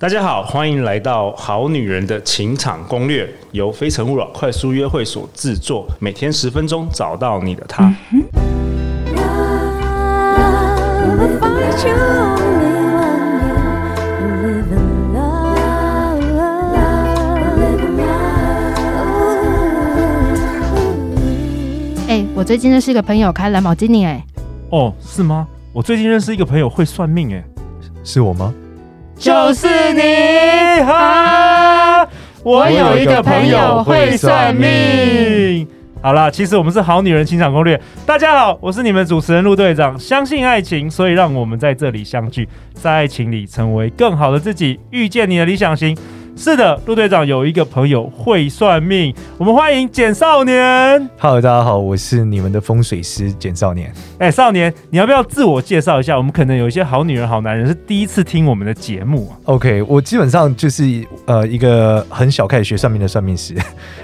大家好，欢迎来到《好女人的情场攻略》，由非诚勿扰快速约会所制作，每天十分钟，找到你的他。嗯 Love, if I truly love you, live in love, live in love. 哎、我最近认识一个朋友开兰博基尼、哎，哦，是吗？我最近认识一个朋友会算命，哎，是我吗？就是你啊！我有一个朋友会算命。好啦，其实我们是好女人情场攻略。大家好，我是你们主持人陆队长。相信爱情，所以让我们在这里相聚，在爱情里成为更好的自己，遇见你的理想型。是的，陆队长有一个朋友会算命，我们欢迎简少年。 Hello，大家好，我是你们的风水师简少年。哎，少年，你要不要自我介绍一下？我们可能有一些好女人、好男人是第一次听我们的节目啊。 OK，我基本上就是呃一个很小开始学算命的算命师，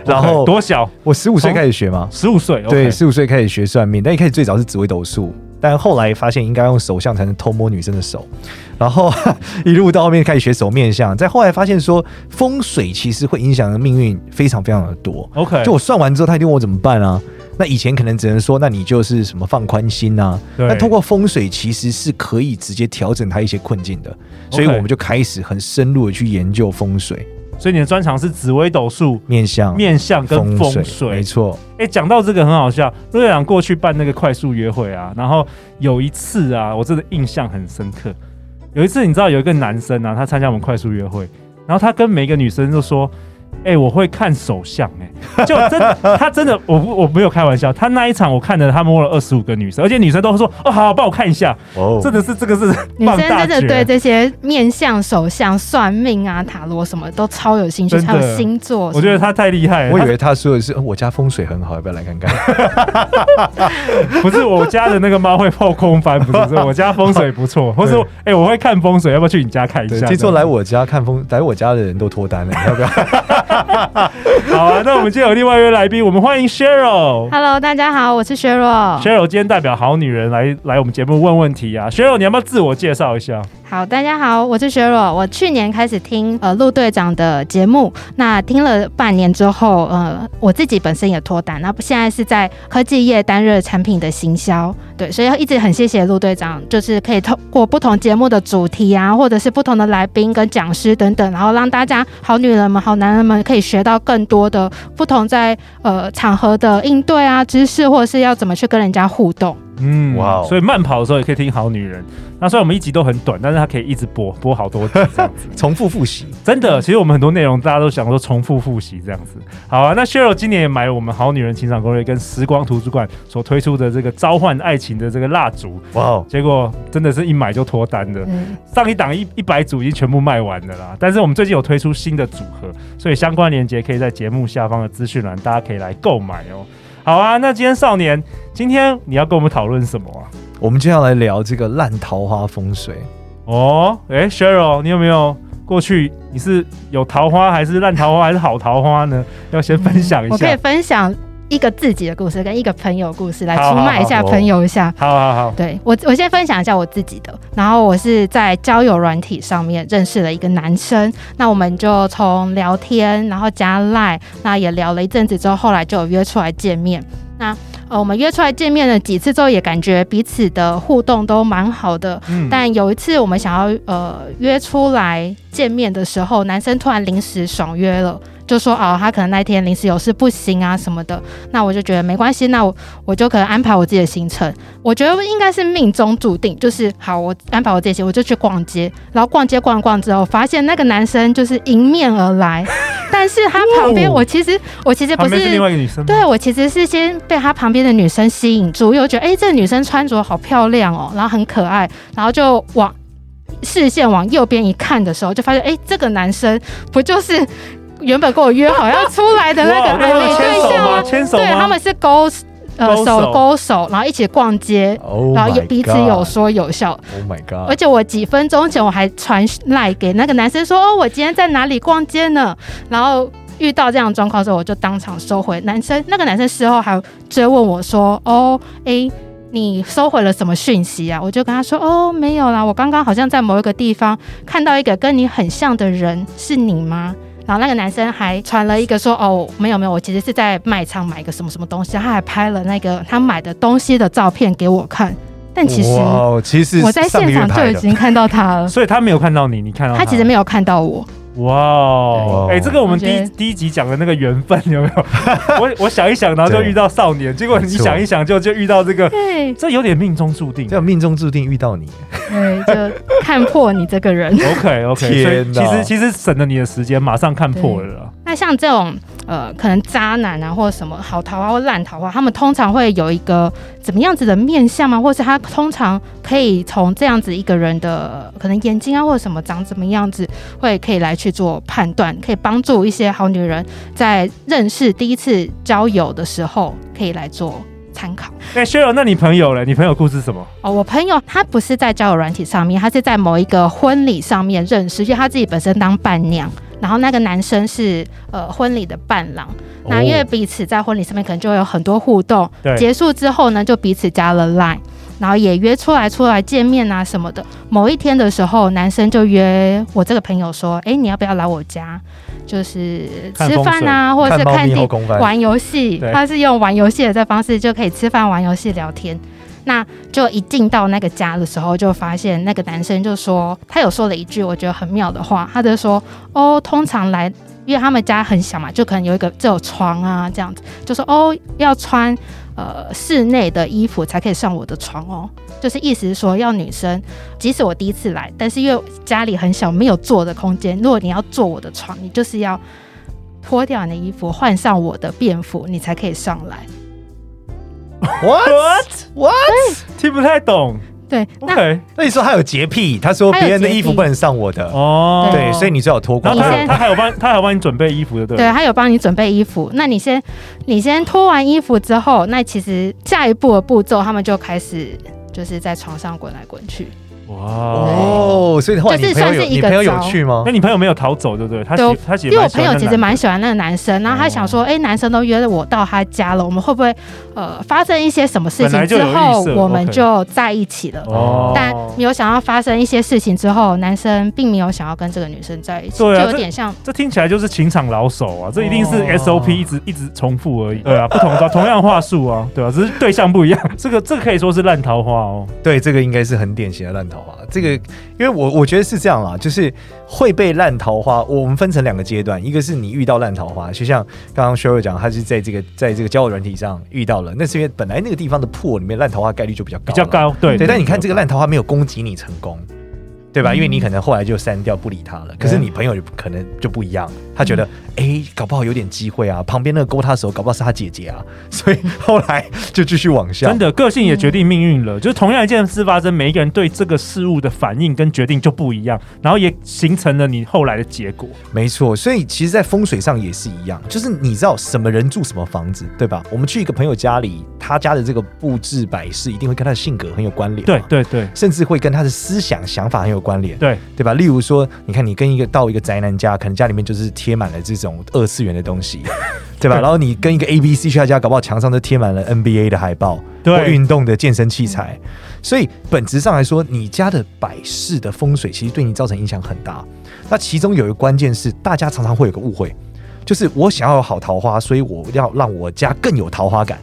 然 OK，后多小？我十五岁从开始学嘛，十五岁。对， OK 十五岁开始学算命，但一开始最早是紫微斗数，但后来发现应该用手相才能偷摸女生的手，然后 一路到后面开始学手面相，再后来发现说风水其实会影响命运非常非常的多。 OK，就我算完之后，他一定问我怎么办啊？那以前可能只能说，那你就是什么放宽心啊。对那通过风水其实是可以直接调整他一些困境的，所以 OK 我们就开始很深入的去研究风水、所以你的专长是紫微斗数、面相、面相跟风没水。错。哎，讲到这个很好笑，陆队长过去办那个快速约会啊，然后有一次啊，我真的印象很深刻。有一次你知道有一个男生啊，他参加我们快速约会，然后他跟每一个女生都说。哎、我会看手相、哎， 就真的，他真的，我不我没有开玩笑，他那一场我看了，他摸了二十五个女生，而且女生都说，哦，好，帮我看一下，哦真的是这个是女放生大真的绝对这些面相、手相、算命啊、塔罗什么都超有兴趣，真的还有星座。我觉得他太厉害了，我哎他以为他说的是、呃我家风水很好，要不要来看看？ 不是我家的那个猫会破空翻，不是，是我家风水不错，或是哎诶对、我会看风水，要不要去你家看一对，下？听说来我家看风，来我家的人都脱单了， 要不要？好啊，那我们今天有另外一位来宾，我们欢迎 Cheryl。 Hello，大家好，我是薛若。 Cheryl 今天代表好女人来来我们节目问问题啊，Cheryl 你要不要自我介绍一下？好，大家好，我是薛若。我去年开始听呃陆队长的节目，那听了半年之后，呃，我自己本身也脱单，那现在是在科技业担任产品的行销，对，所以要一直很谢谢陆队长，就是可以透过不同节目的主题啊，或者是不同的来宾跟讲师等等，然后让大家好女人们、好男人们可以学到更多的不同在呃场合的应对啊知识，或者是要怎么去跟人家互动。嗯，哇哦所以慢跑的时候也可以听好女人。那虽然我们一集都很短，但是它可以一直播播好多集这样 子。重复复习，真的，其实我们很多内容大家都想说重复复习这样子。好啊，那 Cheryl 今年也买了我们好女人情场攻略跟时光图书馆所推出的这个召唤爱情的这个蜡烛，哇哦！结果真的是一买就脱单的。嗯，上一档一一百组已经全部卖完了啦，但是我们最近有推出新的组合，所以相关链接可以在节目下方的资讯栏，大家可以来购买哦。好啊，那今天少年，今天你要跟我们讨论什么啊？我们接下来聊这个烂桃花风水。哦，诶 s h e r y l 你有没有过去你是有桃花还是烂桃花还是好桃花呢？要先 分享一嗯我可以下。分享一个自己的故事跟一个朋友故事来好出卖一下好好朋友一下。好好好，对我，我先分享一下我自己的。然后我是在交友软体上面认识了一个男生，那我们就从聊天，然后加赖，那也聊了一阵子之后，后来就有约出来见面。那呃，我们约出来见面了几次之后，也感觉彼此的互动都蛮好的。嗯，但有一次我们想要呃约出来见面的时候，男生突然临时爽约了，就说哦他可能那天临时有事不行啊什么的。那我就觉得没关系，那我我就可能安排我自己的行程。我觉得应该是命中注定，就是好我安排我自己的行程，我就去逛街。然后逛街逛逛之后，发现那个男生就是迎面而来，但是他旁边哇哦我其实我其实不旁边是是另外一个女生吗，对我其实是先被她旁边的女生吸引住，因为我觉得哎、诶这个女生穿着好漂亮哦，然后很可爱，然后就往视线往右边一看的时候，就发现哎、诶这个男生不就是原本跟我约好要出来的那个暧哇昧他们牵对手象吗？牵手吗？对，他们是勾呃勾手手勾手，然后一起逛街。Oh 然 my 后 god！也彼此有说有笑， Oh my 而 god！且我几分钟前我还传赖给那个男生说，哦，我今天在哪里逛街呢？然后遇到这样的状况的时候，我就当场收回。男生那个男生事后还追问我说，哦，诶，你收回了什么讯息啊？”我就跟他说：“哦，没有啦，我刚刚好像在某一个地方看到一个跟你很像的人，是你吗？”然后那个男生还传了一个说：“哦，没有没有，我其实是在卖场买一个什么什么东西。”他还拍了那个他买的东西的照片给我看，但其实哇哦，其实我在上个现月场就拍已的经看到他 了，所以他没有看到你，你看到他其实没有看到我。哇哦，对哎，这个我们第我觉一得第一集讲的那个缘分有没 有？我我想一想，然后就对遇到少年，结果你没错想一想就就遇到这个，对这有点命中注定。这样命中注定遇到你，对，就看破你这个人。 OK OK，所以天其哪实其实省了你的时间，马上看破了啦。那像这种呃，可能渣男啊，或者什么好桃花或烂桃花，他们通常会有一个怎么样子的面相吗？或是他通常可以从这样子一个人的呃可能眼睛啊，或者什么长怎么样子，会可以来去做判断，可以帮助一些好女人在认识第一次交友的时候可以来做参考。哎，Cheryl，那你朋友嘞？你朋友故事是什么？哦，我朋友他不是在交友软体上面，他是在某一个婚礼上面认识，因为他自己本身当伴娘，然后那个男生是呃婚礼的伴郎，那因为彼此在婚礼上面可能就会有很多互动，对结束之后呢，就彼此加了 Line。然后也约出来出来见面啊什么的。某一天的时候，男生就约我这个朋友说：“哎，你要不要来我家？就是看吃风饭啊，或者看是猫看咪后电空翻，玩游戏对，他是用玩游戏的这方式就可以吃饭、玩游戏、聊天。那就一进到那个家的时候，就发现那个男生就说，他有说了一句我觉得很妙的话，他就说：“哦，通常来，因为他们家很小嘛，就可能有一个只有床啊这样子，就说哦要穿呃室内的衣服才可以上我的床哦。”就是意思是说，要女生，即使我第一次来，但是因为家里很小，没有坐的空间，如果你要坐我的床，你就是要脱掉你的衣服，换上我的便服，你才可以上来。 What？听不太懂。对，那 OK，那你说他有洁癖，他说他有别人的洁衣服癖不能上我的，哦，对，所以你最好脱然光后你他先有他还有帮他还有帮你准备衣服的，对不对啊他有帮你准备衣服，那你先你先脱完衣服之后，那其实下一步的步骤，他们就开始就是在床上滚来滚去。对，哇。哦，所以后来就是你朋友算是有一你个朋友有招去吗那？你朋友没有逃走，对不对？他对其他其因为实我蛮喜朋欢友那其男实的哦蛮喜欢那个男生，然后他想说，哎、男生都约了我到他家了，我们会不会呃发生一些什么事本来情就之有后预设，我们 OK 就在一起了？哦但没有想到发生一些事情之后，男生并没有想要跟这个女生在一起，对啊就这有点像这听起来就是情场老手啊，这一定是哦 SOP 一直一直重复而已。对啊，不同的同样话术啊，对啊，只是对象不一样。 这个这个可以说是烂桃花哦。对，这个应该是很典型的烂桃花。这个，因为我我觉得是这样啦，就是会被烂桃花。我我们分成两个阶段，一个是你遇到烂桃花，就像刚刚 Sheryl 讲，他是在这个在这个交友软体上遇到了，那是因为本来那个地方的破里面烂桃花概率就比较高，比较。高，对对，但你看这个烂，桃花没有攻击你成功，对吧？因为你可能后来就删掉不理他了，可是你朋友可能就不一样，他觉得哎，搞不好有点机会啊，旁边那个勾他的手，搞不好是他姐姐啊， 所以后来就继续往下真。的个性也决定命运了。就是同样一件事发生，每一个人对这个事物的反应跟决定就不一样，然后也形成了你后来的结果。没错，所以其实，在风水上也是一样，就是你知道什么人住什么房子，对吧？我们去一个朋友家里，他家的这个布置摆饰一定会跟他的性格很有关联，对，对对甚至会跟他的思想想法很有关联，对，对吧？例如说，你看你跟一个到一个宅男家，可能家里面就是贴满了这种二次元的东 西，对吧？然后你跟一个 A B C 去他家，搞不好墙上都贴满了 N B A 的海报，对或运动的健身器材。所以本质上来说，你家的摆饰的风水其实对你造成影响很大。那其中有一个关键是，大家常常会有个误会，就是我想要有好桃花，所以我要让我家更有桃花感。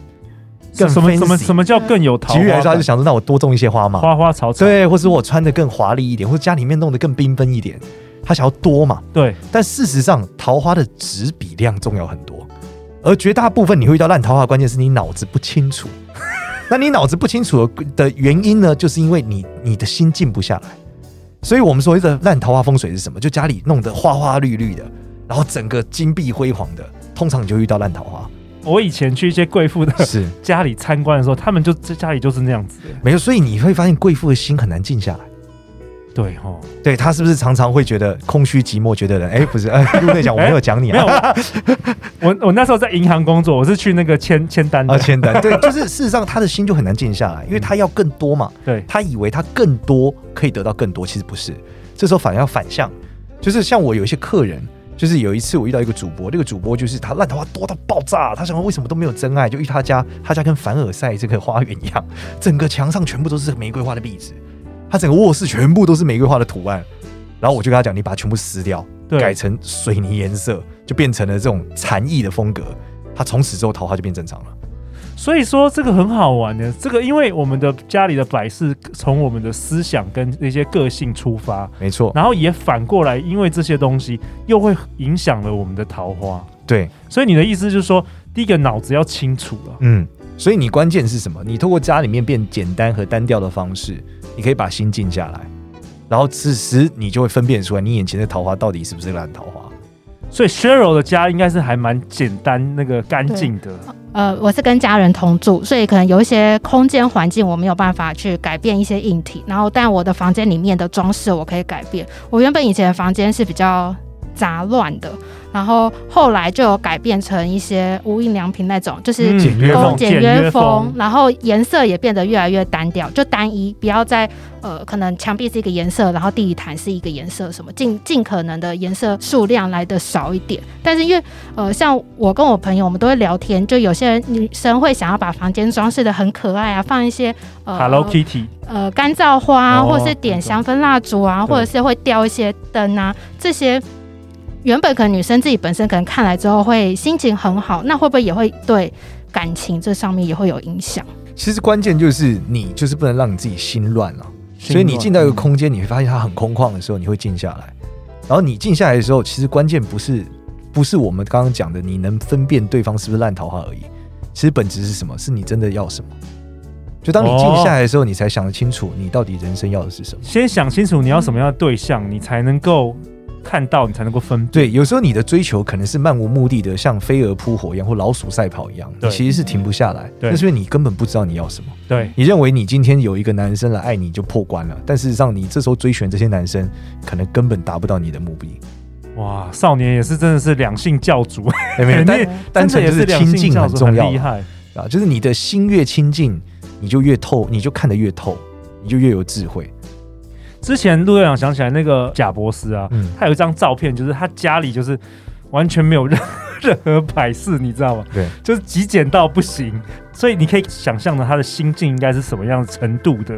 更什么 fancy 什么什么叫更有桃举花例来感？说，他就想说，那我多种一些花嘛，花花草草。对，或是我穿的更华丽一点，或者家里面弄得更缤纷一点，他想要多嘛。对但事实上，桃花的值比量重要很多，而绝大部分你会遇到烂桃花，关键是你脑子不清楚。那你脑子不清楚的呃原因呢，就是因为你你的心静不下来。所以我们所谓的烂桃花风水是什么？就家里弄得花花绿绿的，然后整个金碧辉煌的，通常你就遇到烂桃花。我以前去一些贵 妇的是，家里参观的时候，他们就这家里就是那样子。没有，所以你会发现贵妇的心很难静下来。对哦，对他是不是常常会觉得空虚寂寞，觉得人哎不是哎，陆队讲我没有讲 你没有啊，我 我那时候在银行工作，我是去那个签签单的 啊，签单对，就是事实上他的心就很难静下来，因为他要更多嘛，对他以为他更多可以得到更多，其实不是，这时候反而要反向，就是像我有一些客人。就是有一次我遇到一个主播，那个主播就是他烂桃花多到爆炸，他想问为什么都没有真爱，就遇他家，他家跟凡尔赛这个花园一样，整个墙上全部都是玫瑰花的壁纸，他整个卧室全部都是玫瑰花的图案。然后我就跟他讲，你把它全部撕掉，对改成水泥颜色，就变成了这种禅意的风格。他从此之后桃花就变正常了。所以说这个很好玩的，这个因为我们的家里的摆饰从我们的思想跟那些个性出发，没错，然后也反过来，因为这些东西又会影响了我们的桃花。对，所以你的意思就是说，第一个脑子要清楚了，嗯，所以你关键是什么？你透过家里面变简单和单调的方式，你可以把心静下来，然后此时你就会分辨出来，你眼前的桃花到底是不是烂桃花。所以 Cheryl 的家应该是还蛮简单、那个干净的。呃，我是跟家人同住，所以可能有一些空间环境我没有办法去改变一些硬体，然后但我的房间里面的装饰我可以改变。我原本以前的房间是比较杂乱的，然后后来就有改变成一些无印良品那种，就是嗯简约风哦简约风，，然后颜色也变得越来越单调，就单一，不要再呃，可能墙壁是一个颜色，然后地毯是一个颜色，什么尽尽可能的颜色数量来的少一点。但是因为呃，像我跟我朋友，我们都会聊天，就有些人女生会想要把房间装饰的很可爱啊，放一些呃 Hello Kitty，呃干燥花、啊，哦或是点香氛蜡烛啊，对或者是会吊一些灯啊，这些原本可能女生自己本身可能看来之后会心情很好，那会不会也会对感情这上面也会有影响？其实关键就是你就是不能让你自己心乱了、所以你进到一个空间，你会发现它很空旷的时候，你会静下来。然后你静下来的时候，其实关键不是不是我们刚刚讲的你能分辨对方是不是烂桃花而已，其实本质是什么？是你真的要什么。就当你静下来的时候，你才想得清楚你到底人生要的是什么。先想清楚你要什么样的对象，你才能够看到，你才能够分辨。对，有时候你的追求可能是漫无目的的，像飞蛾扑火一样，或老鼠赛跑一样，你对其实是停不下来。对那是因为你根本不知道你要什么。对，你认为你今天有一个男生来爱你就破关了，但事实上你这时候追寻这些男生，可能根本达不到你的目的。哇，少年也是真的是两性教主，有嗯没有？那单单真的也纯就是是两亲性近教很主重很要厉害。啊，就是你的心越亲近，你就越透，你就看得越透，你就越有智慧。之前陆队长想起来那个贾博士啊，嗯，他有一张照片，就是他家里就是完全没有任任何摆饰，你知道吗？对，就是极简到不行。所以你可以想象的他的心境应该是什么样的程度的，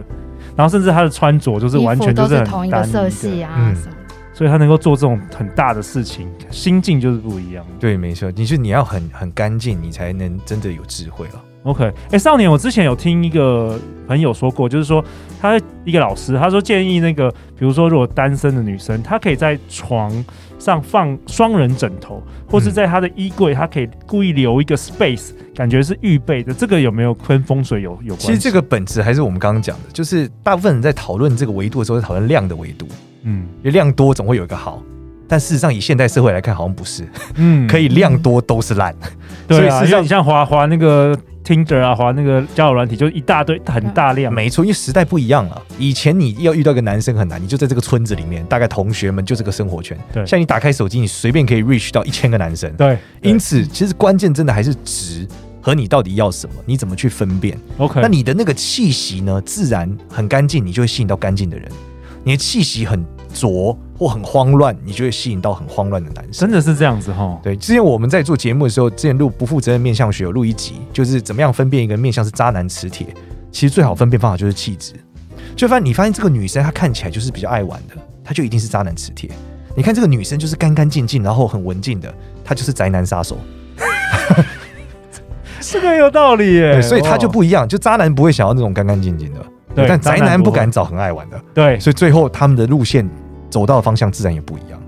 然后甚至他的穿着就是衣完服全都就是很同一单个一色的系啊嗯什么的。所以他能够做这种很大的事情，心境就是不一样。对，没错，你是你要很很干净，你才能真的有智慧了。 OK，哎、少年，我之前有听一个朋友说过，就是说他一个老师，他说建议那个，比如说如果单身的女生，她可以在床上放双人枕头，或是嗯在她的衣柜，她可以故意留一个 space，感觉是预备的。这个有没有跟风水有有关系？其实这个本质还是我们刚刚讲的，就是大部分人在讨论这个维度的时候，在讨论量的维度，嗯因为量多总会有一个好。但事实上，以现代社会来看，好像不是，嗯可以量多都是烂。对所以啊，事像实上你像滑滑那个 Tinder 啊，滑那个交友软体，就一大堆很大量，没错，因为时代不一样了。以前你要遇到一个男生很难，你就在这个村子里面，大概同学们就这个生活圈。对像你打开手机，你随便可以 reach 到一千个男生。对，因此，其实关键真的还是值和你到底要什么，你怎么去分辨。 OK，那你的那个气息呢，自然很干净，你就会吸引到干净的人；你的气息很浊或很慌乱，你就会吸引到很慌乱的男生真。的是这样子哈。对，之前我们在做节目的时候，之前录不负责任面相学有录一集，就是怎么样分辨一个面相是渣男磁铁。其实最好分辨方法就是气质。就发现你发现这个女生她看起来就是比较爱玩的，她就一定是渣男磁铁。你看这个女生就是干干净净，然后很文静的，她就是宅男杀手。这个有道理耶，对，所以他就哦不一样，就渣男不会想要那种干干净净的，对但宅渣男男不不会敢找很爱玩的，对所以最后他们的路线走到的方向自然也不一样。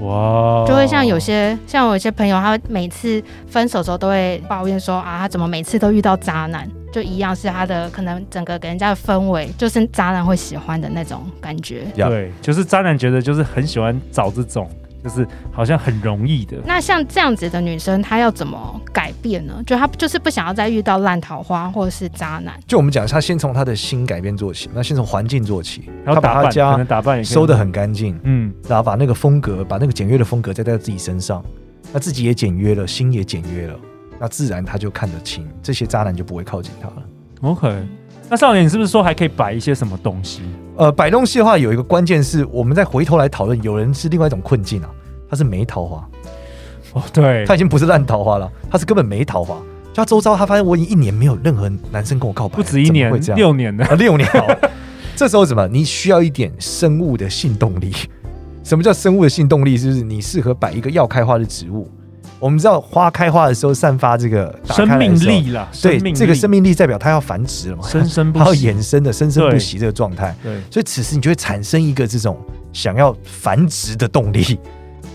哇，就会像有些像我有些朋友，他每次分手之后都会抱怨说啊，他怎么每次都遇到渣男，就一样是他的可能整个给人家的氛围就是渣男会喜欢的那种感觉。 Yeah 对，就是渣男觉得就是很喜欢找这种，就是好像很容易的。那像这样子的女生，她要怎么改变呢？就她就是不想要再遇到烂桃花或者是渣男，就我们讲，他先从他的心改变做起，那先从环境做起，然他后打把他扮，可能家打扮也可以收的，很干净，嗯，然后把那个风格，把那个简约的风格再带到自己身上，那自己也简约了，心也简约了，那自然他就看得清，这些渣男就不会靠近他了。 OK。那少年，你是不是说还可以摆一些什么东西？呃，摆东西的话，有一个关键是，我们再回头来讨论，有人是另外一种困境啊，它是没桃花，哦，对，它已经不是烂桃花了，它是根本没桃花。就他周遭，他发现我已经一年没有任何男生跟我告白不了，止一怎么年会这，样六年的， 啊，六年好了。这时候怎么？你需要一点生物的性动力。 什么叫生物的性动力？就是你适合摆一个要开花的植物。我们知道花开花的时候散发这个打开生来命的时候，力啦，对生命力这个生命力代表它要繁殖了嘛，生生不它要息衍生的生生不对息这个状态。对，所以此时你就会产生一个这种想要繁殖的动力，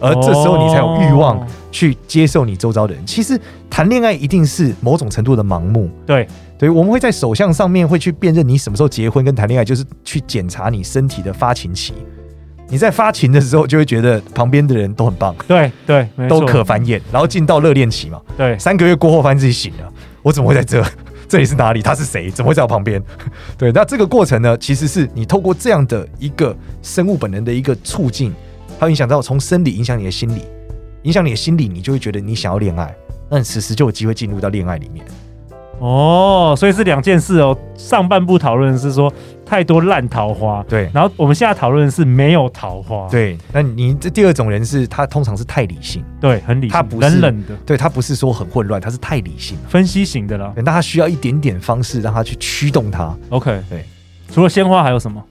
而这时候你才有欲望哦去接受你周遭的人。其实谈恋爱一定是某种程度的盲目，对，对，我们会在手相上面会去辨认你什么时候结婚跟谈恋爱，就是去检查你身体的发情期。你在发情的时候，就会觉得旁边的人都很棒，对对，没都错可繁衍，然后进到热恋期嘛，对三个月过后发现自己醒了，我怎么会在这？这里是哪里？他是谁？怎么会在我旁边？对，那这个过程呢，其实是你透过这样的一个生物本能的一个促进，它会影响到从生理影响你的心理，影响你的心理，你就会觉得你想要恋爱，那你此时就有机会进入到恋爱里面。哦，所以是两件事哦。上半部讨论的是说太多烂桃花，对然后我们现在讨论的是没有桃花，对，那你这第二种人是他通常是太理性，对，很理性，他不是冷冷的对他不是说很混乱，他是太理性了。分析型的啦。对那他需要一点点方式让他去驱动他。 OK，对，除了鲜花还有什么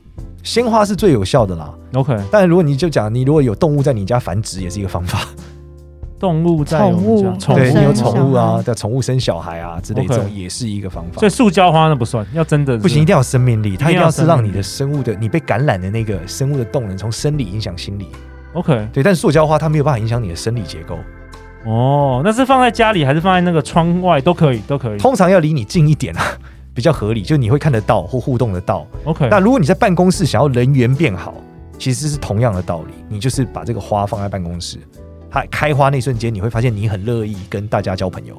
鲜花是最有效的啦， ？OK，但如果你就讲你如果有动物在你家繁殖，也是一个方法。动物在我们家宠宠物对物你有生宠物小啊孩，对，宠物生小孩啊之类， OK 这种也是一个方法所以。塑胶花那不算，要真的是不行，一定要有生命力，它一定要是让你的一定要有生物的，你被感染的那个生物的动能，从生理影响心理。 OK，对，但塑胶花它没有办法影响你的生理结构，哦，那是放在家里还是放在那个窗外都可以，都可以。通常要离你近一点啊， 比较合理，就你会看得到或互动得到。 OK，那如果你在办公室想要人缘变好，其实是同样的道理，你就是把这个花放在办公室，它开花那瞬间，你会发现你很乐意跟大家交朋友。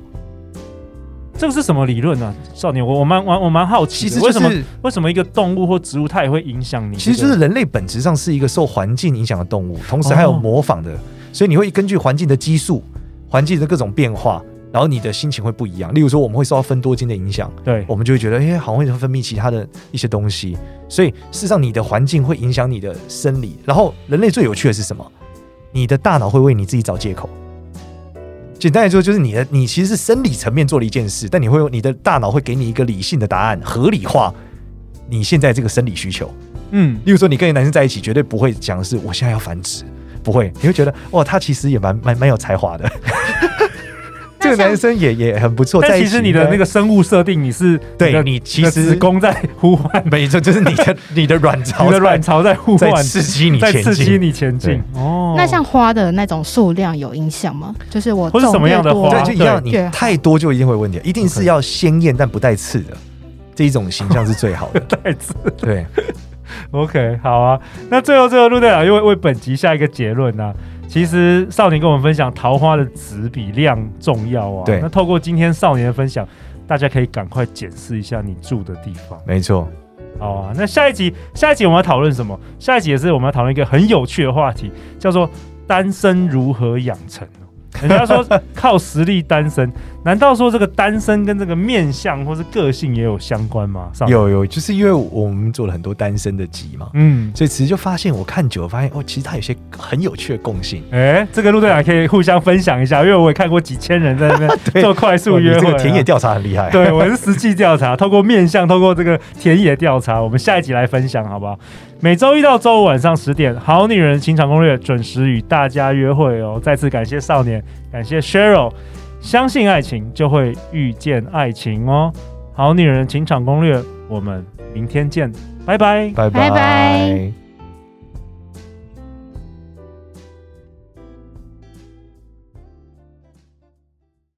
这个是什么理论呢、啊？少年，我我蛮我我蛮好奇其的，实就为什么是，为什么一个动物或植物它也会影响你这其个？实就是人类本质上是一个受环境影响的动物，同时还有哦模仿的，所以你会根据环境的激素、环境的各种变化，然后你的心情会不一样。例如说，我们会受到分多精的影响，对我们就会觉得，哎、好像会分泌其他的一些东西。所以事实上，你的环境会影响你的生理。然后，人类最有趣的是什么？你的大脑会为你自己找借口。简单来说，就是你的你其实是生理层面做了一件事，但你会用你的大脑会给你一个理性的答案，合理化你现在这个生理需求。嗯，例如说，你跟一个男生在一起，绝对不会讲的是我现在要繁殖，不会，你会觉得哇，他其实也蛮蛮蛮有才华的。 这个男生也也很不错，在但一起其实你的那个生物设定，你是对的你其的实子宫在呼唤， 没错，就是你 的你的卵巢，你的卵巢在呼在唤，刺激你在前刺激进。你前进。哦，那像花的那种数量有影响吗？就是我或是什么样的种越多花对，就一样，对你对太多就一定会有问题，一定是要鲜艳但不带刺的这一种形象是最好 的。带刺。对， OK，好啊。那最后最后，陆队长又为为本集下一个结论呢、其实少年跟我们分享桃花的值比量重要啊。对那透过今天少年的分享，大家可以赶快检视一下你住的地方。没错，好啊，那下一集，下一集我们要讨论什么？下一集也是我们要讨论一个很有趣的话题，叫做单身如何养成哦。人家说靠实力单身， 难道说这个单身跟这个面相或是个性也有相关吗？上，有有，就是因为我们做了很多单身的集嘛，嗯，所以其实就发现，我看久了发现，哦，其实它有些很有趣的共性。哎、这个陆队长可以互相分享一下，因为我也看过几千人在那 边做快速哇你约这会、啊个田野。调查很厉害。对，我是实际调查，透过面相，透过这个田野调查，我们下一集来分享，好不好？每周一到周五晚上十点，《好女人情场攻略》准时与大家约会哦。再次感谢少年，感谢 Cheryl，相信爱情就会遇见爱情哦。《好女人情场攻略》，我们明天见，拜拜。拜拜拜